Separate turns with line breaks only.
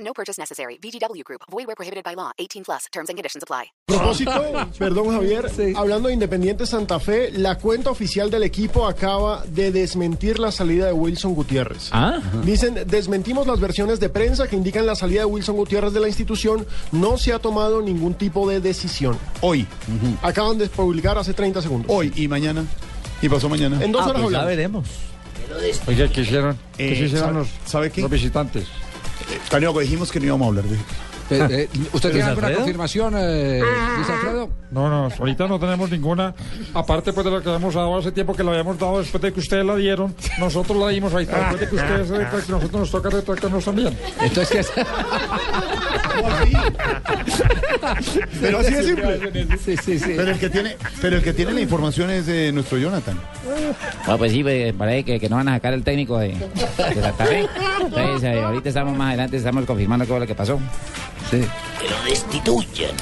No purchase necessary. VGW Group. Void where prohibited by law. 18 plus. Terms and conditions apply.
propósito, perdón Javier,
Sí.
hablando de Independiente Santa Fe, la cuenta oficial del equipo acaba de desmentir la salida de Wilson Gutiérrez.
Ah.
Dicen, desmentimos las versiones de prensa que indican la salida de Wilson Gutiérrez de la institución. No se ha tomado ningún tipo de decisión.
Hoy,
Acaban de publicar hace 30 segundos.
hoy y mañana. Y pasó mañana.
En dos
Ah,
horas
pues ya
hablamos.
veremos. Oiga, ¿qué hicieron?
Eh,
¿Qué se hicieron
¿sabe-
los,
sabe qué?
los visitantes?
Caneoco, dijimos que no íbamos a hablar de.
Eh, eh, ¿Usted tiene alguna
Alfredo?
confirmación, eh, Luis Alfredo?
No, no, ahorita no tenemos ninguna. Aparte pues de la que hemos dado hace tiempo que la habíamos dado después de que ustedes la dieron, nosotros la dimos ahí. Después de que ustedes se retracten, nosotros nos toca retractarnos también.
Entonces, ¿qué es?
Pero así de simple.
Sí, sí, sí.
Pero el que tiene, pero el que tiene la información es eh, nuestro Jonathan.
Bueno, pues sí, pues, parece que, que no van a sacar el técnico de, de Santa Fe. Entonces, eh, ahorita estamos más adelante, estamos confirmando qué fue lo que pasó.
Sí.
Que lo destituyan.